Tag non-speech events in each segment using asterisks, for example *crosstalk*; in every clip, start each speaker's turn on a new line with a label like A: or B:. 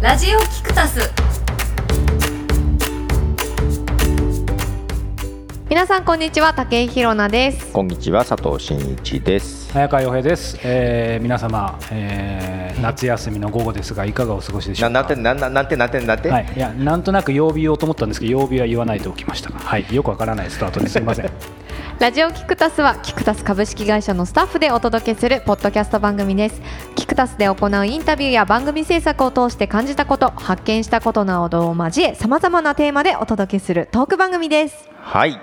A: ラジオキクタス
B: 皆さんこんにちは竹井ひろなです
C: こんにちは佐藤真一です。
D: 早川洋平です、えー、皆様、えー、夏休みの午後ですがいかがお過ごしでしょ
C: な
D: う
C: なん
D: か
C: てなんなんなんてなんてなんて、
D: はい、いやなんとなく曜日言おうと思ったんですけど曜日は言わないでおきましたが、はい、よくわからないスタートですいません *laughs*
B: ラジオキクタスはキクタス株式会社のスタッフでお届けするポッドキャスト番組ですキクタスで行うインタビューや番組制作を通して感じたこと発見したことなどを交えさまざまなテーマでお届けするトーク番組です
C: はい。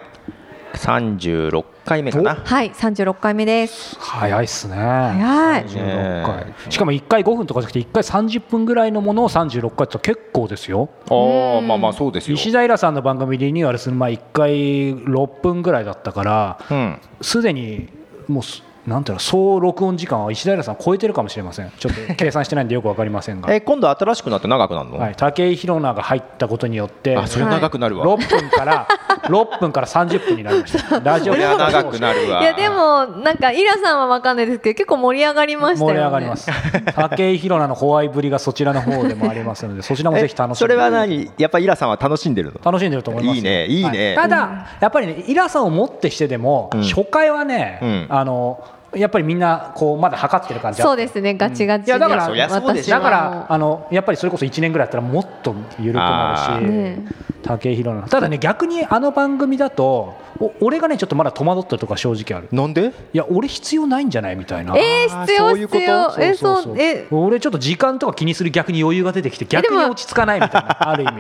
C: 三十六回目かな。
B: はい36回目です
D: 早いっすね
B: 早い
D: 36回しかも1回5分とかじゃなくて1回30分ぐらいのものを36回って結構ですよ
C: ああまあまあそうですよ。
D: 石平さんの番組リニューアルする前1回6分ぐらいだったから
C: うん。
D: すでにもうすなんていうの総録音時間は石平さん超えてるかもしれませんちょっと計算してないんでよくわかり
C: *laughs*
D: ませんが
C: え今度新しくなって長くなるの？
D: はい、武井宏奈が入ったことによって、
C: あそれ長くなるわ。
D: 6分から6分 *laughs* から30分になりました。ラジオ
C: それは長く
D: る。
C: なるわ。
B: いやでもなんかイラさんはわかんないですけど結構盛り上がりましたよ
D: 盛
B: ね
D: り上がります。武井宏奈のホワイぶりがそちらの方でもありますの
C: *laughs*
D: で、そちらも
C: え
D: ぜひ楽しんで。
C: それは何？やっぱイラさんは楽しんでるの？
D: 楽しんでると思いますよ。
C: いいねいいね
D: はただやっぱりねイラさんをもってしてでも、
C: ん
D: 初回はね、
C: うん
D: あのやっぱりみんなこうまだ測ってる感じあって
B: そうですねガチガチ
D: いやだから
C: そりゃそうでしょ
D: だか
B: 私はもう
D: らあのやっぱりそれこそ1年ぐらいやったらもっと緩くな
C: あ
D: る
B: ー
D: し、
B: ね
D: 武井宏のただね逆にあの番組だとお俺がねちょっとまだ戸惑ったとか正直ある
C: なんで？
D: いや俺必要ないんじゃないみたいな
B: えー、
C: あー
B: 必要
C: そういうこと
B: 必要え
D: そう
B: そ
D: そうう
B: え
D: 俺ちょっと時間とか気にする逆に余裕が出てきて逆
B: で
D: に
B: も
D: 落ち着かないみた
B: *laughs*
D: いなある意味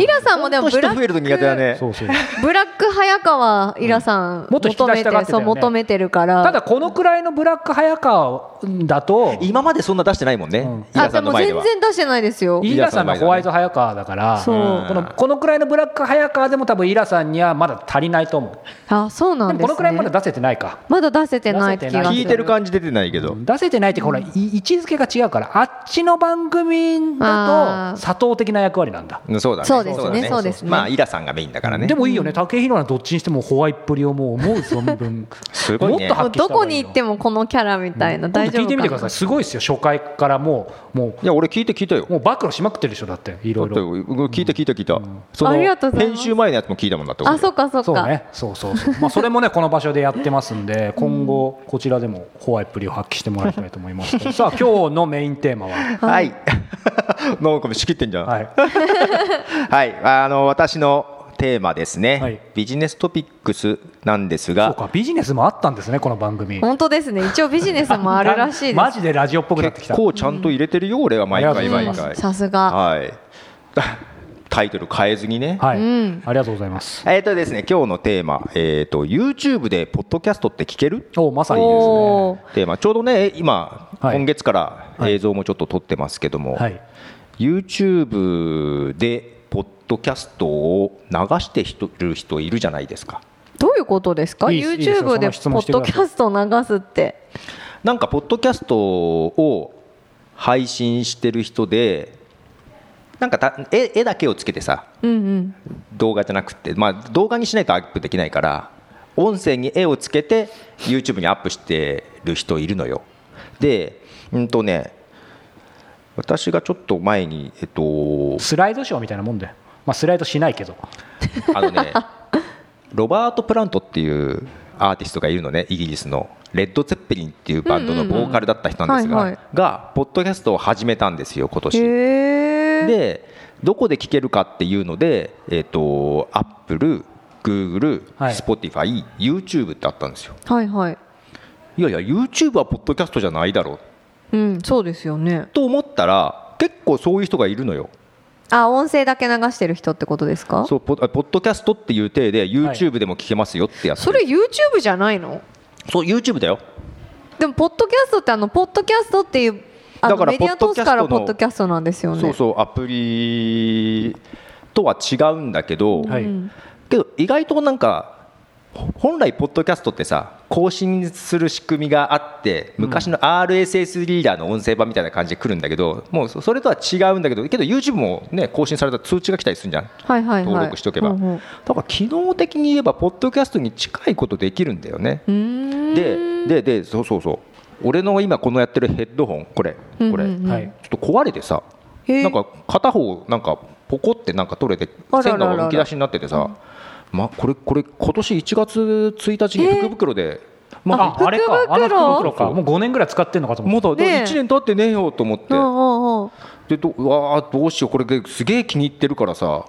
B: イラさんもでも
C: 人
B: ブラッ
C: 増え
B: ク
C: ると苦手だね。
D: そうそう
B: ブラック早川イラさん
D: もっと引き
B: 求
D: 出
B: め
D: してたがってた
B: そ
D: よ
B: う
D: ね
B: 求めてるから
D: ただこのくらいのブラック早川だと
C: 今までそんな出してないもんね。
D: ん
C: イ
B: あ
C: ラ
B: で
C: さんの
B: も
C: 前
B: 全
C: では。
B: 然出してないですよ
D: 飯田さんがホワイト早川だから
B: そう
C: うん
D: このこのくらいのブラック早川でも多分イラさんにはまだ足りないと思う
B: あそうな
D: で
B: んで
D: も
B: す、ね、
D: このくらいまだ出せてないか
B: まだ出せてない気がする
C: 聞いてる感じ出てないけど。
D: 出せてないってほらい位置づけが違うからあっちの番組
B: あー
D: だと佐藤的な役割なんだ
C: うんそうだね。
B: そうですね
C: だ
B: そうですね
C: まあイラさんがメインだからね。
D: でもいいよね武井宏はどっちにしてもホワイっぷりをもう思う存分
C: すごいね
D: もっと
B: も
D: 発
B: う
D: 揮した
B: ど
D: 方が
B: こ
D: いい
B: に
D: よ
B: 行ってもこのキャラみたいな、 *laughs* 大丈夫
D: 聞いてみてください
B: い
D: すごいですよ初回からもうも
C: いや俺聞いて聞いたよ
D: う。もう暴露しまくってるでしょだっていろい
C: だって
D: ろ
C: 聞いた聞いた聞いた、そ
B: ありがとうございま
C: 編
B: す
C: 集前のやつも聞いたもんだって
B: あそうかそうか
D: そうねそうそうそうまあそれもねこの場所でやってます
B: *laughs*
D: んで今後こちらでもホワイっぷりを発揮してもらいたいと思います
B: *laughs*
D: さあ今日のメインテーマは
C: はい *laughs* なんか仕切ってんじゃんは、
D: はい
B: *laughs*
D: い
C: あの私のテーマですね、
D: はい
C: ビジネストピックスなんです
D: そう
C: が
D: かビジネスもあったんですねこの番組
B: 本当ですね一応ビジネスもあるらしいです
D: マジでラジオっぽくなってき
C: 結
D: た
C: 構ちゃんと入れてるよ、俺は毎
D: あ
C: 回
D: りがとう
C: 毎
D: ござ
C: 回
B: さすが
C: はい *laughs* タイトル変えずにね、
D: はい、
B: うん
D: ありがとうございます
C: えっ、とですね今日のテーマ、えっと YouTube でポッドキャストって聞ける
D: おまさにですね
B: おー
C: テーマちょうどね今、
D: はい
C: 今月から
D: はい
C: 映像もちょっと撮ってますけども、
D: はい
C: YouTube でポッドキャストを流してる人いるじゃないですか
B: どういうことですか
D: いいですいいです
B: YouTube でポ
D: その
B: ッ
D: 質問
B: ド
D: し
B: キ
D: てくだ
B: ャストを流すって
C: なんかポッドキャストを配信してる人でなんかた絵絵だけをつけてさ
B: うんうん
C: 動画じゃなくて、まあ、動画にしないとアップできないから音声に絵をつけて YouTube にアップしてる人いるのよでうんとね私がちょっと前にえっと
D: スライドショーみたいなもんで、まあ、スライドしないけど
C: あのね、ロバート・プラントっていうアーティストがいるのね、イギリスの、レッド・ゼッペリンっていうバンドのボーカルだった人なんです
B: うんうんうんはい
C: が、が、ポッドキャストを始めたんですよ、今年
B: へえ
C: で、どこで聞けるかっていうので、えっと、アップル、グーグル、
D: はい
C: スポティファイ、YouTube ってあったんですよ。
B: はいはい
C: いやいや、YouTube はポッドキャストじゃないだろう
B: うんそうですよね
C: と思ったら、結構そういう人がいるのよ。
B: あ音声だけ流してる人ってことですかそ
C: そうポあポッドキャストっていう体で YouTube でも聞けますよってやつ、
B: れ YouTube じゃないの
C: そう YouTube だよ
B: でもポッドキャストってあのポッドキャストっていうあの
C: だから
B: メディア通すからポ
C: ポ
B: ッ
C: ッ
B: ド
C: ド
B: キ
C: キ
B: ャストなんですよね
C: そうそうアプリとは違うんだけど、
D: はい
C: けど意外となんかほ本来ポッドキャストってさ更新する仕組みがあって昔の RSS リーダーの音声版みたいな感じで来るんだけど、もうそそれとは違うんだけどけど YouTube も、ね、更新されたら通知が来たりするんじゃん
B: はいはいはい
C: 登録しとけば、
B: うんうん
C: だから機能的に言えばポッドキャストに近いことできるんだよね、
B: うーん
C: でででそうそうそう俺の今このやってるヘッドホンこれこれ、
B: うんうんうん
D: はい
C: ちょっと壊れてさ
B: へえ
C: なんか片方なんかポコってなんか取れて
B: あらら
C: 線
B: らら
C: がむき出しになっててさまあこれこれ今年1月1日に福袋でま
D: ああれかあ
B: 福袋
D: の福袋かもう5年ぐらい使ってんのかと
C: あ
D: 思っ
C: まだ
B: ねえ
C: 1年経ってねえよと思って
B: うんうんうん
C: でどうわーどうしようこれですげえ気に入ってるからさ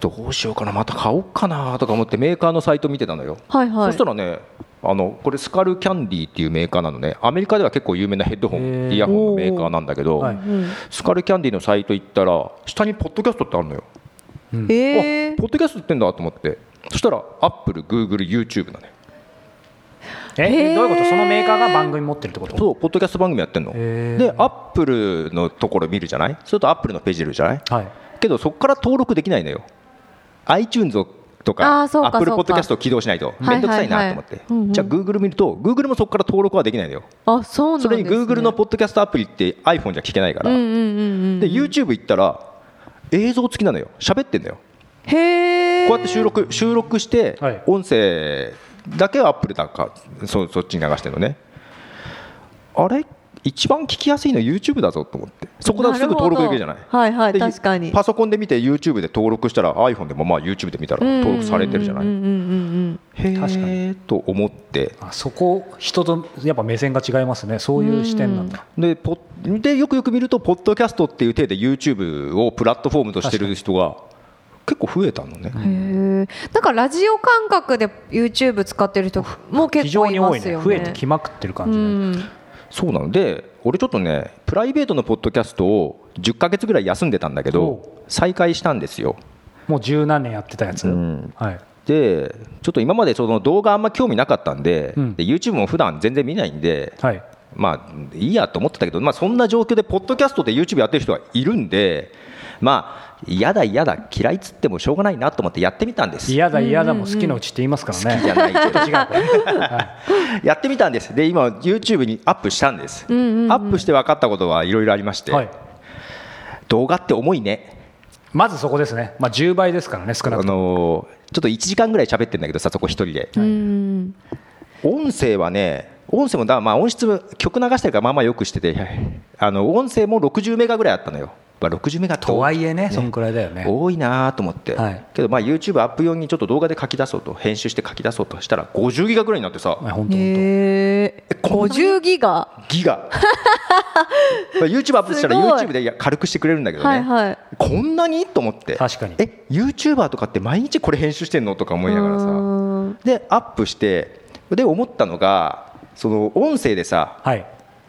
C: どうしようかなまた買おうかなとか思ってメーカーのサイト見てたのよ、
B: はいは
C: そ
B: い
C: したらねあのこれスカルキャンディっていうメーカーなのねアメリカでは結構有名なヘッドホ
D: へ
C: ン
D: ー
C: イヤホンのメーカーなんだけど、
D: おーはい
B: うん
C: スカルキャンディのサイト行ったら下に「ポッドキャスト」ってあるのよ、
B: へえ
C: あポッドキャストってんだと思ってそしたらアップルグーグル YouTube だね
D: て
B: へー
D: えどういうことそのメーカーが番組持ってるってこと
C: そうポッドキャスト番組やってんの
D: へー
C: でアップルのところ見るじゃないそれとアップルのページ出るじゃない
D: はい
C: けどそこから登録できないのよ iTunes と
B: あ
C: か
B: ーそうか
C: Apple
B: そうか
C: Podcast を起動しないと
B: いはい
C: 面倒くさいなと思って、
B: うんうん
C: じゃあ Google 見ると Google もそこから登録はできないのよ
B: あそうなんですね
C: それに Google のポッドキャストアプリって iPhone じゃ聞けないから、
B: うんうんうんうん
C: で YouTube 行ったら映像付きなのよ喋ってんだよ
B: へえ
C: こうやって収録収録して
D: はい
C: 音声だけはアップルだかそそっちに流してるのねあれ一番聞きやすいの YouTube だぞと思ってそこだとすぐ登録できるじゃない
B: るほどはいはい
C: で
B: 確かに
C: パソコンで見て YouTube で登録したら iPhone でもまあ YouTube で見たら登録されてるじゃない
B: うんうんうんうんうん
C: へ
D: 確か
C: えと思って
D: あそこ人とやっぱ目線が違いますねそういう視点なんだ
C: でポッでよくよく見るとポッドキャストっていう体で YouTube をプラットフォームとしてる人が結構増えたのね
B: へえなんかラジオ感覚で YouTube 使ってる人も
D: 非
B: 結
D: 常
B: 構い
D: に
B: ま
D: 多い
B: す
D: ね
B: よね
D: 増えてきまくってる感じ
B: う
D: ね
B: ん
C: そうなので俺ちょっとねプライベートのポッドキャストを10ヶ月ぐらい休んでたんだけ
D: お
C: ど再開したんですよ
D: もう十何年やってたやつ
C: ん
D: はい
C: でちょっと今までその動画あんま興味なかったんで,、
D: うん
C: で YouTube も普段全然見ないんで
D: はい
C: まあいいやと思ってたけど、まあ、そんな状況でポッドキャストで YouTube やってる人がいるんでまあ嫌だ嫌だ嫌いっつってもしょうがないなと思ってやってみたんです
D: 嫌だ嫌だも好きのうちって言いますからね
C: じゃないけど
D: 違うこれ
C: やってみたんですで今 YouTube にアップしたんです、
B: んうんうん
C: アップして分かったことはいろいろありまして、
D: はい
C: 動画って重いね
D: まずそこですねまあ10倍ですからね少
C: あ
D: なくとも
C: のーちょっと1時間ぐらい喋ってるんだけどさそこ一人で、
B: うん
C: 音声はね音声もだまあ音質も曲流してるからまあまあよくしててあの音声も60メガぐらいあったのよ、まあ、60メガって
D: とはいえねそんくらいだよね
C: 多いなと思って、
D: はい
C: けどまあ YouTube アップ用にちょっと動画で書き出そうと編集して書き出そうとしたら50ギガぐらいになってさ、
D: はい本当本
B: へえ50ギガ
C: ギ
B: *laughs*
C: ガまあ YouTube アップしたら
B: すごい
C: YouTube でいや軽くしてくれるんだけどね、
B: はいはい
C: こんなにと思って
D: 確かに
C: え YouTuber とかって毎日これ編集してんのとか思いながらさ
B: うん
C: でアップしてで思ったのがその音声でさ
D: 当はい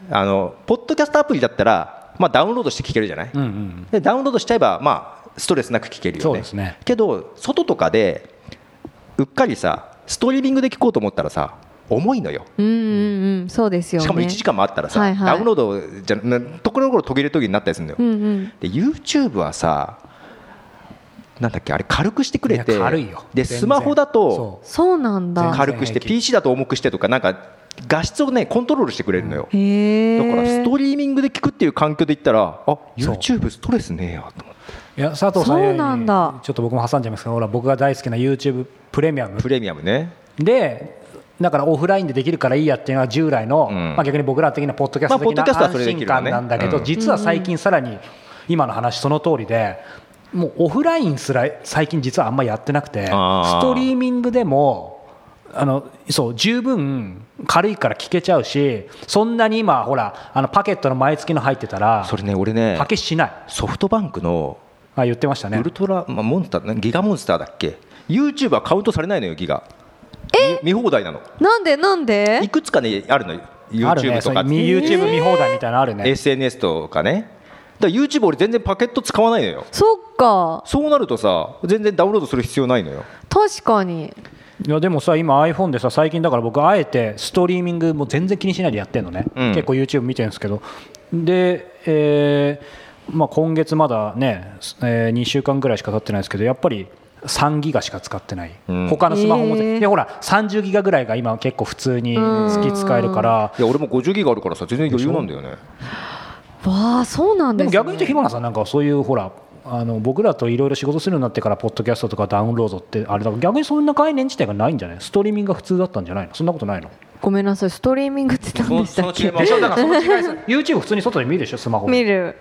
C: あのポッドキャストアプリだったら、まあ、ダウンロードして聞けるじゃない、
D: うんうん
C: でダウンロードしちゃえば、まあ、ストレスなく聞けるよね
D: そうですね
C: けど外とかでうっかりさストリーミングで聞こうと思ったらさ重いのよ
B: うんうんうんそうですよね
C: しかも1時間もあったらさ、
B: はいはい
C: ダウンロードじゃなところどころ途切れ途切れになったりするのよ、
B: うんうん
C: で YouTube はさなんだっけあれ軽くしてくれ
D: い
C: て
D: や軽いよ
C: で
D: 全然
C: スマホだと
D: そう
B: そうなんだ
C: 軽くして
D: 全然平
C: PC だと重くしてとかなんか画質をねコントロールしてくれるのよ、
B: へえ
C: だからストリーミングで聞くっていう環境で言ったらあ
D: そう
C: YouTube ストレスねえやと思って
D: いや佐藤さん
B: そうなんだ
D: ちょっと僕も挟んじゃいますけどほら僕が大好きな YouTube プレミアム
C: プレミアムね
D: でだからオフラインでできるからいいやっていうのは従来の、
C: うん
D: まあ、逆に僕ら的なポッドキャスト
C: まあポッド
D: 的
C: キャスト
D: な
C: はそ
D: 安
C: れで
D: 心
C: きるわ
D: 感
C: ね
D: なんだけど、
C: うん
D: 実は最近さらに今の話その通りでもうオフラインすら最近実はあんまやってなくてス
C: あー
D: トリーミングでもあのそう十分軽いから聞けちゃうしそんなに今ほらあのパケットの毎月の入ってたら
C: それね俺ね
D: パケしない
C: ソフトバンクの
D: あ言ってましたね
C: ウルトラ、まあ、モンスターなギガモンスターだっけ YouTube はカウントされないのよギガ見見放題なの
B: なんでなん
C: い
B: で
C: くつかねあるのよ
D: あるね
C: YouTube
D: そ
C: と
D: うい
C: か
D: う YouTube 見放題みたいなのあるね、
C: SNS とかねだから YouTube 俺全然パケット使わないのよ
B: そっか
C: そうなるとさ全然ダウンロードする必要ないのよ
B: 確かに
D: いやでもさ今 iPhone でさ最近だから僕あえてストリーミングも全然気にしないでやってんのね、
C: うん
D: 結構 YouTube 見てるんですけどで、えーまあ、今月まだね、え2週間ぐらいしか経ってないですけどやっぱり3ギガしか使ってない、
C: うん
D: 他のスマホも、
B: へー
D: でほら30ギガぐらいが今結構普通に好き使えるから、
C: いや俺も50ギガあるからさ全然余裕なんだよね
B: わあそうなん
D: で
B: で
D: も
B: す
D: 逆に言うと
B: ね
D: 日村さんなんかそういうほらあの僕らといろいろ仕事するようになってからポッドキャストとかダウンロードってあれだから逆にそんな概念自体がないんじゃないストリーミングが普通だったんじゃないのそんなことないの
B: ごめんなさいストリーミングって何でしたっけ
C: 違いは
D: でしょだからその違いです YouTube 普通に外で見るでしょスマホで
B: 見る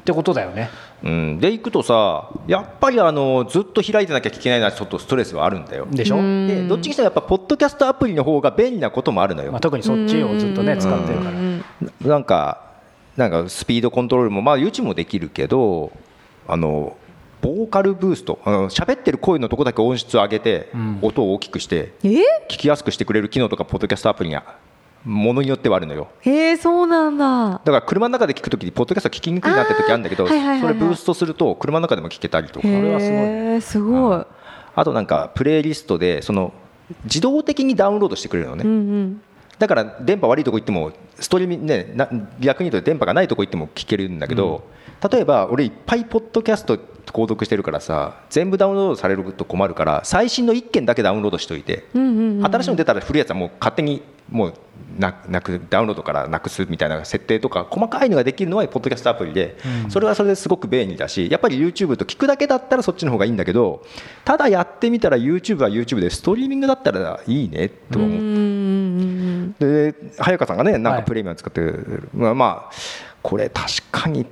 D: ってことだよね
C: うん、で行くとさやっぱりあのずっと開いてなきゃいけないのはちょっとストレスはあるんだよ
D: でしょ、
B: うん
C: でどっちにしてもやっぱポッドキャストアプリの方が便利なこともあるのよ、
D: まあ、特にそっちをずっとね使ってるから
C: ななんかなんかスピードコントロールもまあ YouTube もできるけどあのボーカルブーストあの喋ってる声のとこだけ音質を上げて、
D: うん
C: 音を大きくして
B: え
C: 聞きやすくしてくれる機能とかポッドキャストアプリがものによってはあるのよ
B: えー、そうなんだ。
C: だから車の中で聞くときにポッドキャスト聞きにくいなって時あるんだけど
B: あー
C: そ
B: はいはいはいはい
C: れブーストすると車の中でも聞けたりとか
D: れはすごい
B: へーすごい。
C: あとなんかプレイリストでその自動的にダウンロードしてくれるのね、
B: うんうん。
C: だから電波悪いとこ行ってもストリーミングねな逆に言うと電波がないとこ行っても聞けるんだけど、例えば俺いっぱいポッドキャスト購読してるからさ全部ダウンロードされると困るから最新の1件だけダウンロードしといて、
B: うんうんうん。
C: 新しいの出たら古いやつはもう勝手にもうななくダウンロードからなくすみたいな設定とか細かいのができるのはポッドキャストアプリで、それはそれですごく便利だしやっぱり YouTube と聞くだけだったらそっちの方がいいんだけどただやってみたら YouTube は YouTube でストリーミングだったらいいねと思う
B: うんうんうん
C: で早川さんがねなん
D: は
C: か
D: い
C: プレミアム使ってる、まあまあこれ確かに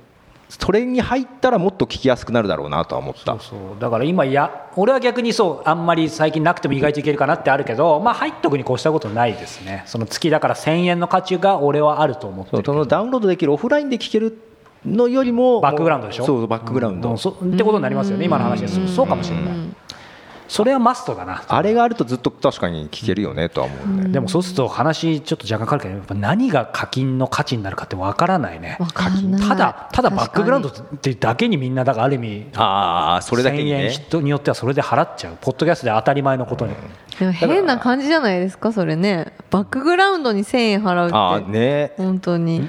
C: それに入ったらもっと聞きやすくなるだろうなとは思った
D: そうそうだから今いや俺は逆にそうあんまり最近なくても意外といけるかなってあるけどまあ入っとくに越したことないですねその月だから1000円の価値が俺はあると思って
C: そ
D: る
C: うそのダウンロードできるオフラインで聞けるのよりも
D: バックグラウンドでしょ
C: そうそうバックグラウンド、
D: うんそってことになりますよね今の話ですそうかもしれないそれはマストだな
C: あれがあるとずっと確かに聞けるよねとは思うね、
D: でもそうすると話ちょっと若干変わるけどやっぱ何が課金の価値になるかってわからないね
B: わかんない
D: ただた
B: 確か
D: だ
B: に
D: バックグラウンドってだけにみんなだからある意味
C: ああそれだけに
D: 1000円
C: ね
D: 人によってはそれで払っちゃうポッドキャストで当たり前のことに、
B: でも変な感じじゃないですかそれねバックグラウンドに1000円払うって
C: ああね
B: 本当に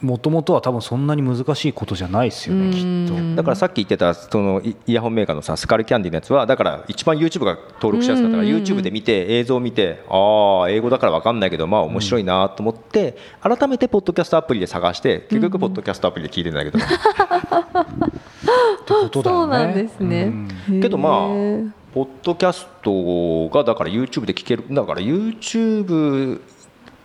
D: もともとは多分そんなに難しいことじゃないですよね、きっと。
C: だからさっき言ってたそのイイヤホンメーカーのさスカルキャンディのやつはだから一番 YouTube が登録しやすかったから YouTube で見て映像を見てああ英語だから分かんないけどまあ面白いなと思って改めてポッドキャストアプリで探して結局ポッドキャストアプリで聞いてんだけど
D: ことだ
B: *laughs*
D: よね
B: そうなんですね、へー
C: けどまあポッドキャストがだから YouTube で聞けるだから YouTube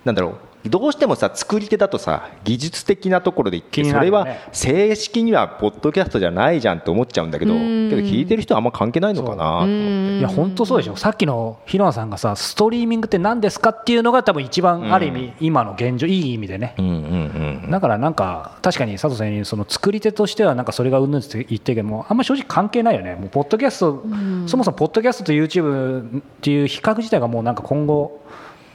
C: なんだろうどうしてもさ作り手だとさ技術的なところで言っ
D: 気
C: て
D: に
C: そ
D: なる
C: れ
D: よね
C: は正式にはポッドキャストじゃないじゃんって思っちゃうんだけど
B: う
C: けど
B: ん
C: 聞いてる人はあんま関係ないのかなと
B: う
C: 思って。
B: ん
D: いや本当そうでしょさっきのヒロナさんがさストリーミングって何ですかっていうのが多分一番ある意味、今の現状いい意味でね
C: う、んうんうん
D: だからなんか確かに佐藤さんにその作り手としてはなんかそれがうんぬんって言ってるけどもあんま正直関係ないよねもうポッドキャスト、そもそもポッドキャストと YouTube っていう比較自体がもうなんか今後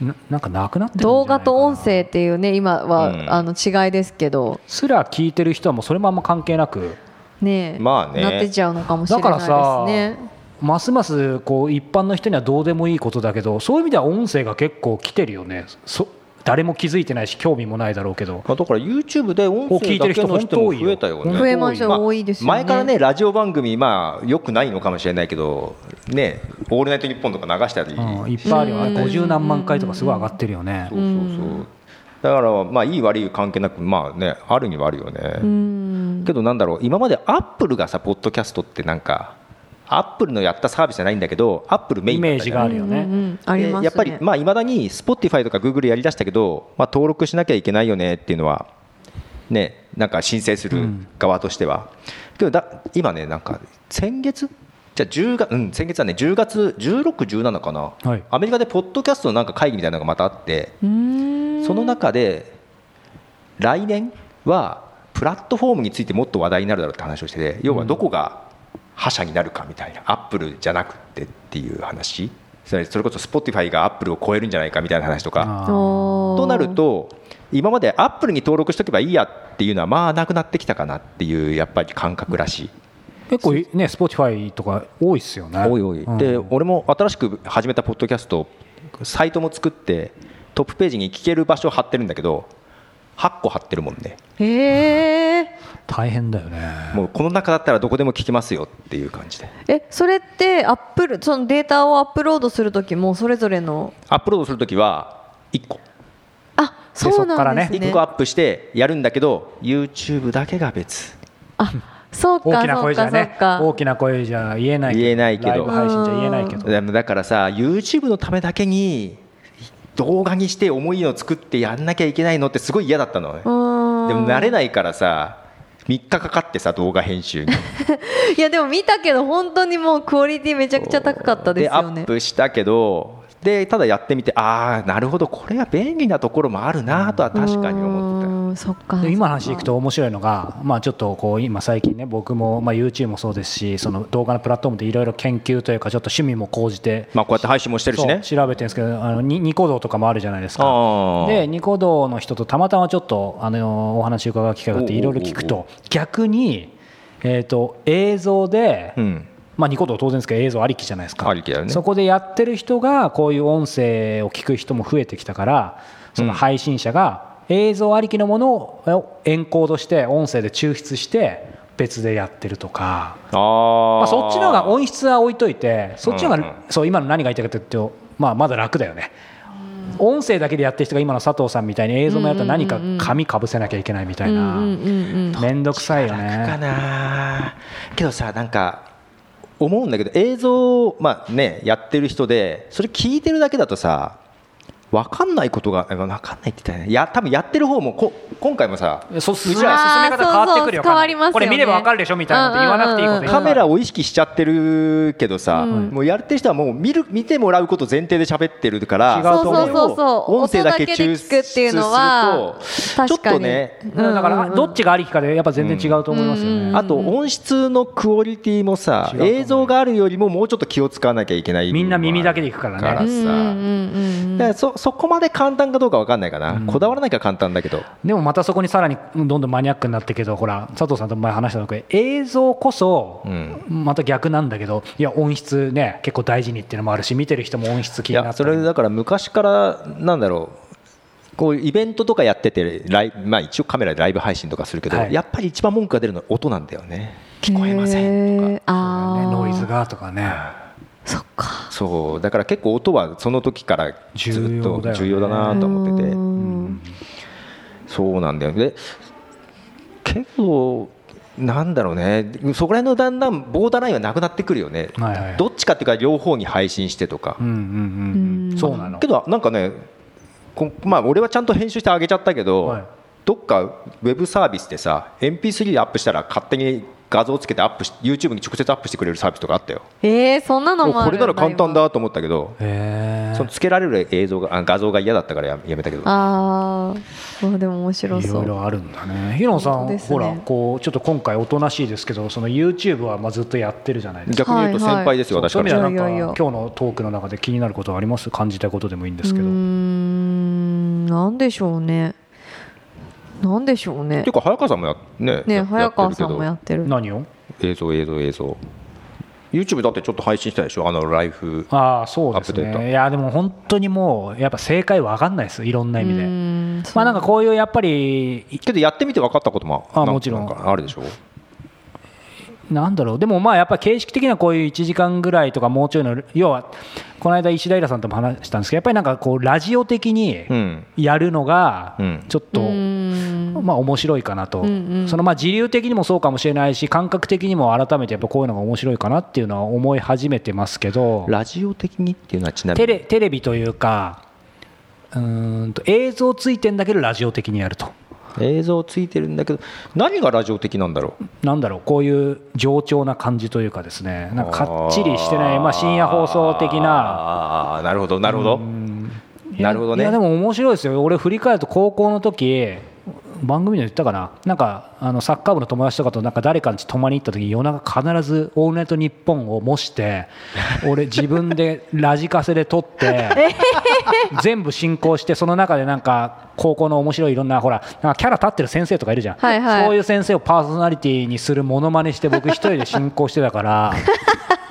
D: ななんかなくなってるんじゃない
B: 動
D: かな
B: 画と音声っていうね今は、
C: うん
B: あの違いですけど
D: すら聞いてる人はもうそれもあんま関係なく
B: ねえ
C: まあね
B: なってっちゃうのかもしれ
D: だ
B: な
D: か
B: い
D: ら
B: です
D: さ
B: ね
D: ますますこう一般の人にはどうでもいいことだけどそういう意味では音声が結構来てるよねそ誰も気づいてないし興味もないだろうけど
C: まあ、だから YouTube で音
D: を聞
C: 声
D: いてる
C: だ
D: 人
C: けの人も増えたよ
D: 本当多いよ
B: 増
C: ね。
B: えました多いですよね
C: 前からねラジオ番組まあ良くないのかもしれないけどね「オールナイトニッポン」とか流したり、
D: うんいっぱいあるよね50何万回とかすごい上がってるよね
C: そうそうそうだからまあいい悪い関係なくまあねあるにはあるよね、
B: うん
C: けどなんだろう今までアップルがさポッドキャストってなんかアップルのやったサービスじゃないんだけどアップルメイ
D: イ
C: ンだった
D: メー
C: じゃん
D: ジがあるよ
B: うんう
D: ね
B: んありますね
C: でやっぱりまあいまだに Spotify とか Google やりだしたけど、まあ、登録しなきゃいけないよねっていうのはねなんか申請する側としては、けどだ今ねなんか先月じゃあ10月うん先月はね10月1617かな、
D: はい
C: アメリカでポッドキャストのなんか会議みたいなのがまたあって
B: うん
C: その中で来年はプラットフォームについてもっと話題になるだろうって話をしてて要はどこが覇者になるかみたいなアップルじゃなくてっていう話それそれこそ Spotify がアップルを超えるんじゃないかみたいな話とか
D: あー
B: と
C: となると今までアップルに登録しとけばいいやっていうのはまあなくなってきたかなっていうやっぱり感覚らしい。
D: 結構ね Spotify とか多いっすよね
C: おいおい、
D: うん
C: で俺も新しく始めたポッドキャストサイトも作ってトップページに聞ける場所を貼ってるんだけど8個貼ってるもんね
B: へえ
D: 大変だよね
C: もうこの中だったらどこでも聞きますよっていう感じで
B: えそれってアップルそのデータをアップロードする時もそれぞれの
C: アップロードするときは1個
B: あそうなんですね
C: 1個アップしてやるんだけど YouTube だけが別
B: あそうか
D: 大きな
B: そ
D: 声
B: う
D: じ
B: か
D: ゃ
B: そ
D: ね
B: う
D: 大
B: か
D: きな声じゃ言えない
C: 言えないけど
D: ライブ配信じゃ言えないけど
C: でもだからさ YouTube のためだけに動画にして重いの作ってやんなきゃいけないのってすごい嫌だったのね
B: うーん
C: でも慣れないからさ3日かかってさ動画編集に
B: いやでも見たけど本当にもうクオリティめちゃくちゃ高かったですよ
C: アッ
B: ね
C: プしたけどでただやってみてああなるほどこれは便利なところもあるなとは確かに思ってたよ
B: うーんそっか
D: で今の話でいくと面白いのが、まあ、ちょっとこう今最近ね僕も、まあ、YouTube もそうですしその動画のプラットフォームでいろいろ研究というかちょっと趣味も講じて、
C: まあこうやって配信もしてるしね
D: そう調べてるんですけどあのニニコ動とかもあるじゃないですか。
C: あ
D: で
C: ー
D: ニコ動の人とたまたまちょっとあのお話伺う機会があっていろいろ聞く
C: おう
D: と逆に、えー、と映像で、
C: うん
D: まあ、ニコ動当然ですけど映像ありきじゃないですか
C: ありきだよね
D: そこでやってる人がこういう音声を聞く人も増えてきたからその配信者が映像ありきのものをエンコードして音声で抽出して別でやってるとか、
C: あー、
D: まあ、そっちの方が音質は置いといてそっちの方
C: うんうん
D: がそう今の何が言いたいかというと、まあ、まだ楽だよね。音声だけでやってる人が今の佐藤さんみたいに映像もやると何か紙かぶせなきゃいけないみたいな
B: うんうんうんうん
D: 面倒くさいよ
C: 楽か
D: ね。
C: なけどさなんか思うんだけど映像をまあねやってる人でそれ聞いてるだけだとさ分かんないことが分かんないって言ったらねいや多分やってる方もこ今回もさ
D: そう進め
B: あー
D: 方変わってくる
B: そうそう
D: よ
B: 変わりますよね
D: これ見ればわかるでしょみたいなこと言わなくていいこと言う
C: カメラを意識しちゃってるけどさ、
B: うん
C: もうやってる人はもう見る見てもらうこと前提で喋ってるから
D: 違うと思
B: そうそうそうそう
C: 音声だけ抽出
B: 音だけで聞くっていうのは
C: すると
B: 確
C: ちょ
B: か
C: っ
B: に
C: とね
D: だからどっちがありきかでやっぱ全然違うと思いますよね。
C: あと音質のクオリティもさ
D: 違うと思う
C: 映像があるよりももうちょっと気を使わなきゃいけない
D: みんな耳だけ
C: で
D: で行くからね。
C: から
B: うんうんうんうん
C: だからそそこまで簡単かどうか分かんないかな、こだわらなきゃ簡単だけど
D: でもまたそこにさらにうんどんどんマニアックになってけどほら佐藤さんと前話したのが映像こそ
C: ん
D: また逆なんだけどいや音質ね結構大事にっていうのもあるし見てる人も音質
C: い
D: 気にな
C: や
D: っ
C: そ
D: たり
C: れだから昔からなんだろうこうイベントとかやっててライブ、まあ、一応カメラでライブ配信とかするけど、
D: はい
C: やっぱり一番文句が出るのは音なんだよね聞こえませんとか
B: へーあ
D: ね
B: ー
D: ノイズがとかね
B: そっか
C: そうだから結構音はその時からずっと重
D: 重
C: 要だ
D: 要だよね
C: なと思ってて。
B: うん
C: そうなんだよね。結構なんだろうねそこら辺のだんだんボーダーラインはなくなってくるよね、
D: はいはい
C: どっちかっていうか両方に配信してとか
D: う、んうん
B: う
D: うんんそうなの
C: けどなんかねこまあ俺はちゃんと編集してあげちゃったけど、
D: はい
C: どっかウェブサービスでさ MP3 でアップしたら勝手に画像をつけてアップし YouTube に直接アップしてくれるサービスとかあったよ
B: えー、そんなのもあ
C: こ
B: る
C: れなら簡単だと思ったけど
D: へー
C: そのつけられる映像があ画像が嫌だったからややめたけど
B: ああでも面白
D: い
B: そ
D: ろいうろあるんだねヒロさ
B: 本当
D: ん、
B: ですね
D: ほらこうちょっと今回おとなしいですけどその YouTube はまあずっとやってるじゃないですか
C: 逆に言うと先輩ですよ、
D: そう
C: 私からしたら
D: そういう意味ではい
B: やい
D: な
B: や
D: んか今日のトークの中で気になることはあります感じたことでもいいんですけど
B: うーんなんでしょうねなんでしょうね
C: ていうか早川さんもやね
B: ね
C: や
B: 早川さんもや
C: やっ
B: ってる
D: 何を
C: てるけど映像映像映像 YouTube だってちょっと配信したでしょあのライフ
D: ああそうです
C: アップデート
D: ねいやでも本当にもうやっぱ正解わかんないですいろんな意味
B: う
D: で
B: ーん
D: まあなんかこういうやっぱりい
C: けどやってみて分かったことも
D: あ
C: な
D: もちろ
C: な
D: ん
C: んかあるでしょ
D: なんだろうでもまあやっぱ形式的なこういう1時間ぐらいとかもうちょいの要はこの間石平さんとも話したんですけどやっぱりなんかこうラジオ的に
C: うん
D: やるのが
C: うん
D: ちょっと、
B: うーん
D: まあ面白いかなと、
B: うんうん
D: そのまあ自流的にもそうかもしれないし感覚的にも改めてやっぱこういうのが面白いかなっていうのは思い始めてますけど
C: ラジオ的にっていうのはちなみに
D: テレテレビというかうーんと映像ついてんだけどラジオ的にやると
C: 映像ついてるんだけど何がラジオ的なんだろう
D: なんだろうこういう冗長な感じというかですねなんかかっちりしてないまあ、深夜放送的な。
C: ああなるほどなるほどなるほど
D: い
C: ね
D: やでも面白いですよ俺振り返ると高校の時番組で言ったかななんかあのサッカー部の友達とかとなんか誰かに泊まりに行った時に夜中必ず「オールナイトニッポン」を模して俺自分でラジカセで
B: *laughs*
D: 撮って全部進行してその中でなんか高校の面白いいろんなほらなんかキャラ立ってる先生とかいるじゃん、
B: はいはい
D: そういう先生をパーソナリティにするモノマネして僕一人で進行してたから
B: *laughs*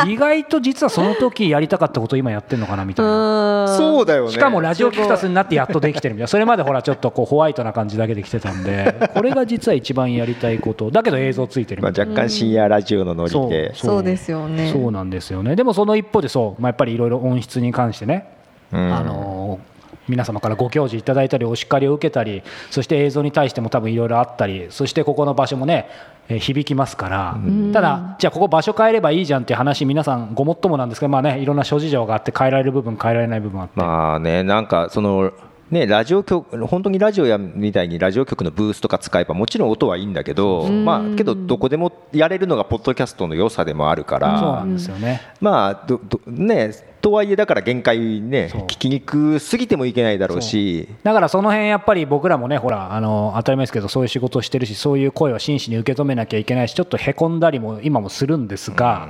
D: 意外と実はその時やりたかったこと今やってるのかなみたいな。
C: そうだよね
D: しかもラジオキクタスになってやっとできてるみたいな、それまでほら、ちょっとこうホワイトな感じだけで来てたんで、これが実は一番やりたいこと、だけど映像ついてる
C: まあ
D: みたい
C: 若干深夜ラジオのノリ
D: な
C: で、
B: そうですよね
D: そうなんですよね、でもその一方で、そう、まあ、やっぱりいろいろ音質に関してね、
C: うん
D: あの皆様からご教示いただいたり、お叱りを受けたり、そして映像に対しても多分いろいろあったり、そしてここの場所もね、えー響きますから、ただ、じゃあ、ここ場所変えればいいじゃんっていう話、皆さん、ごもっともなんですけど、まあね、いろんな諸事情があって、変えられる部分、変えられない部分あって。
C: まあねなんかそのね、ラジオ局本当にラジオやみたいにラジオ局のブースとか使えばもちろん音はいいんだけど、
B: ん
C: まあ、けどどこでもやれるのがポッドキャストの良さでもあるか
D: そう
C: ら、
D: なんですよね。
C: まあどどね、とはいえだから限界ね
D: そう
C: 聞きにくすぎてもいけないだろうし。
D: だからその辺やっぱり僕らもねほらあの当たり前ですけどそういう仕事をしてるしそういう声を真摯に受け止めなきゃいけないしちょっとへこんだりも今もするんですが、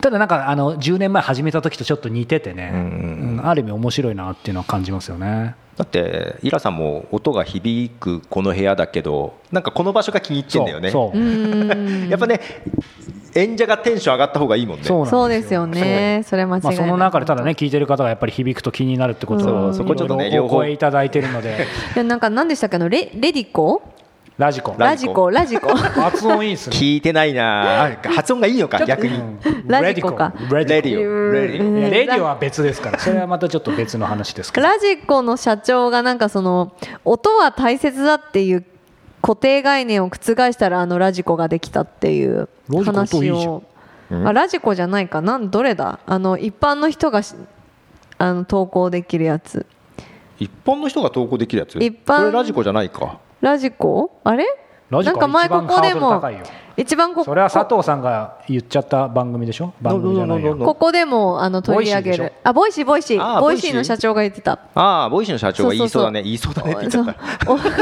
D: ただなんかあの10年前始めた時とちょっと似ててね、うんある意味面白いなっていうのは感じますよね。
C: だってイラさんも音が響くこの部屋だけどなんかこの場所が気に入ってんだよね
D: そうそう
C: やっぱね演者がテンション上がった方がいいもんね
D: そう
B: そう
D: なん
B: ですよね。それは間違いな
D: まあ、
B: い。
D: その中でただね聞いてる方がやっぱり響くと気になるってこと
B: そ
D: を
B: うそこ
C: ちょっとね
D: いろいろ
C: 両
D: お
C: 方
D: 声いただいてるので
B: いやなんか何でしたっけあのレレディコ
D: ラジコ
B: ラ
C: ラ
B: ジ
C: ジ
B: コ
C: コ
B: ラジコ
D: 発音いいですね
C: 聞いてないなあ発音がいいのか逆に
B: ラジコか
D: レ
C: レ
D: ディコ
C: ディオレディオ
D: いやレディオは別ですからそれはまたちょっと別の話ですけど
B: ラジコの社長がなんかその音は大切だっていう固定概念を覆したらあのラジコができたっていう
D: ラジコと
B: 話
D: いいじゃん
B: をあラジコじゃないかなんどれだあの一般の人がしあの投稿できるやつ
C: 一般の人が投稿できるやつ
B: 一般
C: これラジコじゃないか
B: ラジコあれ
D: ラジ
B: なん
D: コ
B: か
D: は
B: 前こ
D: 一番
B: こ
D: ハー
B: で
D: ドル
B: も
D: 高いよ
B: 一番こ
D: それは佐藤さんが言っちゃった番組でしょ番組じゃな
C: どうぞどうぞ
D: い
C: どう
D: よ
C: ぞ
B: ここでもあの取り上げ
D: ボイシーで
B: る
D: しょ
B: あボイシーボイシ
C: あ
B: ー
C: ー
B: ボイシー
C: ボイシー
B: の社長が言って
D: *laughs*
B: た
C: ああボイシーの社長が言いそうだね言いそうだねって言っちゃった
B: *laughs*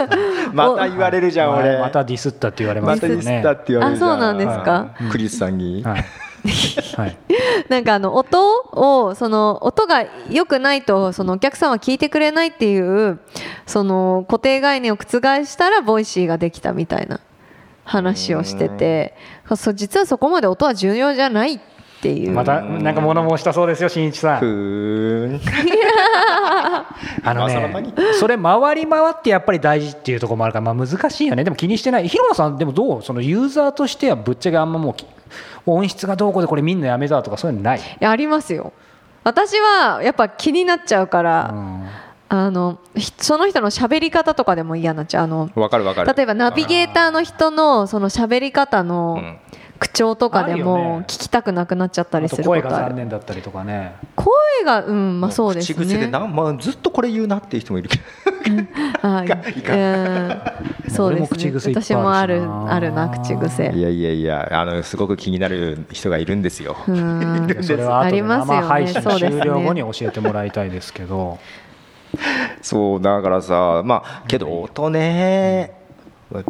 B: た
C: また言われるじゃん
D: はい
C: 俺
D: またディスったって言われま
C: ますた
D: よ
C: 言
D: ね
C: ったって言われるじゃん
B: あそうなんですか
C: はいクリスさんに
D: はいはい
B: *laughs* なんかあの音をその音が良くないとそのお客さんは聞いてくれないっていうその固定概念を覆したらボイシーができたみたいな話をしててそう実はそこまで音は重要じゃないっていう
D: またなんか物申したそうですよしんいちさ
C: ふー
D: ん
C: ん
D: あの
C: まあその場
D: ね
C: に
D: それ回り回ってやっぱり大事っていうところもあるからまあ難しいよねでも気にしてない広野さんでもどうそのユーザーとしてはぶっちゃけあんまもうき音質がどうこうでこれみんなやめたとかそういうのない
B: いやありますよ私はやっぱ気になっちゃうから、あのひその人の喋り方とかでも嫌になっちゃうあの
C: わかるわかる
B: 例えばナビゲーターの人のその喋り方
C: う
B: の
C: ん
B: 口調とかで
D: あるよ
B: も
D: ね
B: 聞きたくなくなっちゃったり
D: あ
B: す
D: と
B: るこ
D: 声
B: と
D: が
B: あ
D: 残
B: る
D: 念だったりとかね
B: 声がうんまあそうです
C: 口癖で
B: ね
C: な、まあ、ずっとこれ言うなっていう人もいるけど
B: はい
D: *laughs*
B: うんそう
D: 俺
B: で
D: も
B: す
D: 口
B: ね
D: 癖いっぱいあるし
B: 私
D: な
B: もあるあるな口
C: い
B: 癖
C: やいやいやあのすごく気になる人がいるん *laughs* ですよ、
B: うん
D: それ
B: あ
D: は後
B: り
D: で
B: ますよね
D: 生配信
B: そうです
D: 終
B: ね
D: 了後に教えてもらいたいですけど
C: そうだからさまあけど音ね、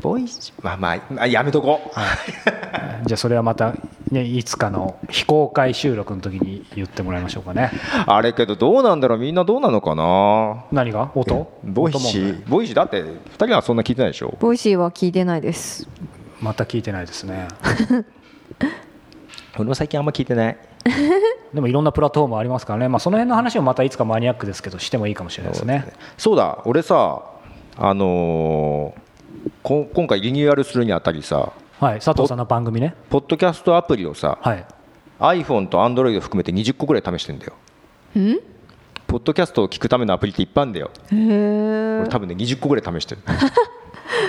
C: ボイスまあまあまあやめとこ
D: じゃあそれはまた、ね、いつかの非公開収録の時に言ってもらいましょうかね
C: うあれけどどうなんだろうみんなどうなのかな
D: 何が音
C: ボイシ
D: 音問題
C: ーボイシーだって2人はそんな聞いてないでしょ
B: ボイシーは聞いてないです
D: また聞いてないですね
C: 俺も最近あんま聞いてない
D: でもいろんなプラットフォームありますからね、まあ、その辺の話をまたいつかマニアックですけどしてもいいかもしれないですね
C: そうだ俺さあのーこ今回リニューアルするにあたりさ
D: はい佐藤さんの番組ね
C: ポッドキャストアプリをさ
D: はい
C: iPhone と Android 含めて20個ぐらい試してんだよポッドキャストを聞くためのアプリっていっぱいあるんだよ
B: へえ
C: 俺多分ね20個ぐらい試してる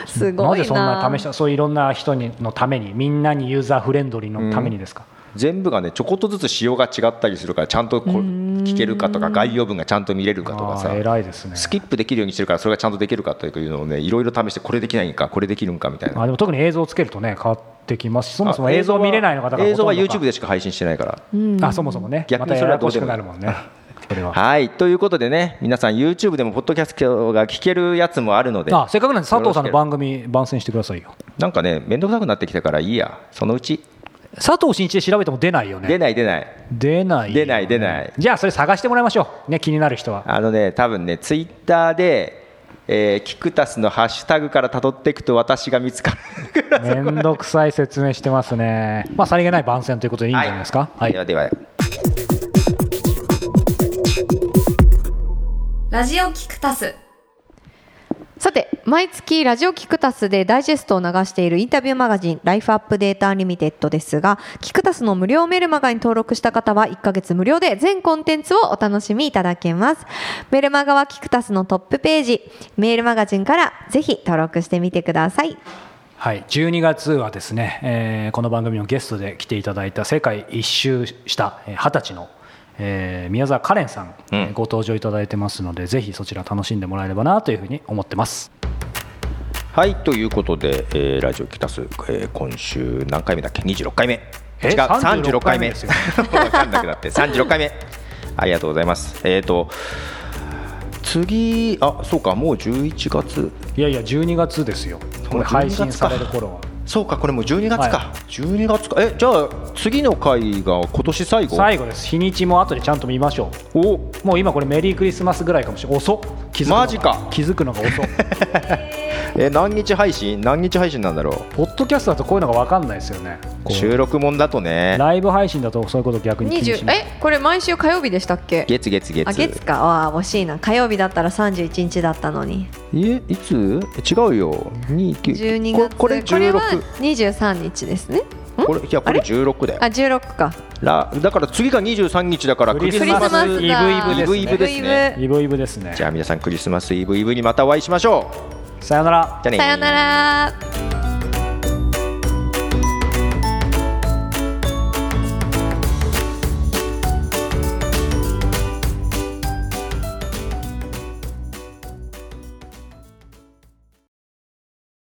B: す
D: な
B: ごい
D: ぜ
B: な
D: そんな試したそういういろんな人にのためにみんなにユーザーフレンドリーのためにですか、
C: 全部がねちょこっとずつ仕様が違ったりするからちゃんとこう聞けるかとか概要文がちゃんと見れるかとか
D: あ
C: さ
D: あ偉いですね
C: スキップできるようにしてるからそれがちゃんとできるかというのをねいろいろ試してこれできないんかこれできるんかみたいな
D: あでも特に映像をつけるとね変わってきますしそもそも映像見れないの方が
C: 映像は YouTube
D: で、
C: でしか配信してないから
D: あそもそもねま
C: 逆に
D: たや
C: それは
D: や
C: ど
D: こ
C: う
D: し
C: で
D: く
C: も
D: なるも
C: *laughs*
D: んねそれは
C: はいということでね皆さん YouTube でもポッドキャストが聞けるやつもあるので
D: あせっかくなんで佐藤さんの番組番宣してくださいよ
C: なんかね面倒くさくなってきたからいいやそのうち
D: 佐藤真一で調べても出ないよ
C: 出
D: ね
C: ない出ない
D: 出ないよね
C: 出ない出ない
D: じゃあそれ探してもらいましょうね気になる
C: *laughs*
D: 人は
C: あのね多分ねツイッターでえーキクタスのハッシュタグから辿っていくと私が見つかるから
D: めんどくさい説明してますねまあさりげない番宣ということでいいんじゃないですかはい、
C: ではでは
B: ラジオキクタスさて毎月ラジオキクタスでダイジェストを流しているインタビューマガジン「ライフアップデータアンリミテッド」ですがキクタスの無料メルマガに登録した方は1ヶ月無料で全コンテンツをお楽しみいただけますメルマガはキクタスのトップページメールマガジンからぜひ登録してみてください
D: はい、12月はですね、えーこの番組のゲストで来ていただいた世界一周したえー二十歳のえー宮沢カレンさん、
C: うん
D: えーご登場いただいてますのでぜひそちら楽しんでもらえればなというふうに思ってます
C: はいということで、えーラジオキタス、えー今週何回目だっけ26回目違う
D: え
C: 36
D: 36
C: 回
D: 回
C: 目
D: 目
C: で
D: ですす
C: よ
D: よ *laughs*
C: 分かんなくなって36回目ありがとうございますえっ、と次あそうかもう11月
D: いやいや12月ですよこれ配信される頃は
C: そうかこれもう12月か、
D: は
C: 12月かえじゃあ次の回が今年最後
D: 最後です日にちも後でちゃんと見ましょ
C: お
D: うもう今これメリークリスマスぐらいかもしれない遅っ気づくのが
C: マジか
D: 気づくのが遅っ
C: え何日配信何日配信なんだろ
D: ポッドキャストだとこういうのが分かんないですよね
C: う
D: こう
C: 収録もんだとね
D: ライブ配信だとそういうこと逆に気にし
B: 20
D: ない
B: えこれ毎週火曜日でしたっけ
C: 月月月
B: あ月かあー惜しいな火曜日だったら31日だったのに
C: えいつ違うよ29
B: 12
C: こ
B: 月
C: これ
B: これは
C: 16
B: 23日ですねん
C: これいやこれ16だよ
B: あ16か
C: らだから次が23日だからク
D: ク
C: リ
D: リ
C: ス
D: ス
C: マス
D: マス
B: クリスマスだ
C: イブイブですね
D: イブイブですね
C: じゃあ皆さんクリスマスイブイブにまたお会いしましょう
D: さよなら
C: じゃあね
B: さよなら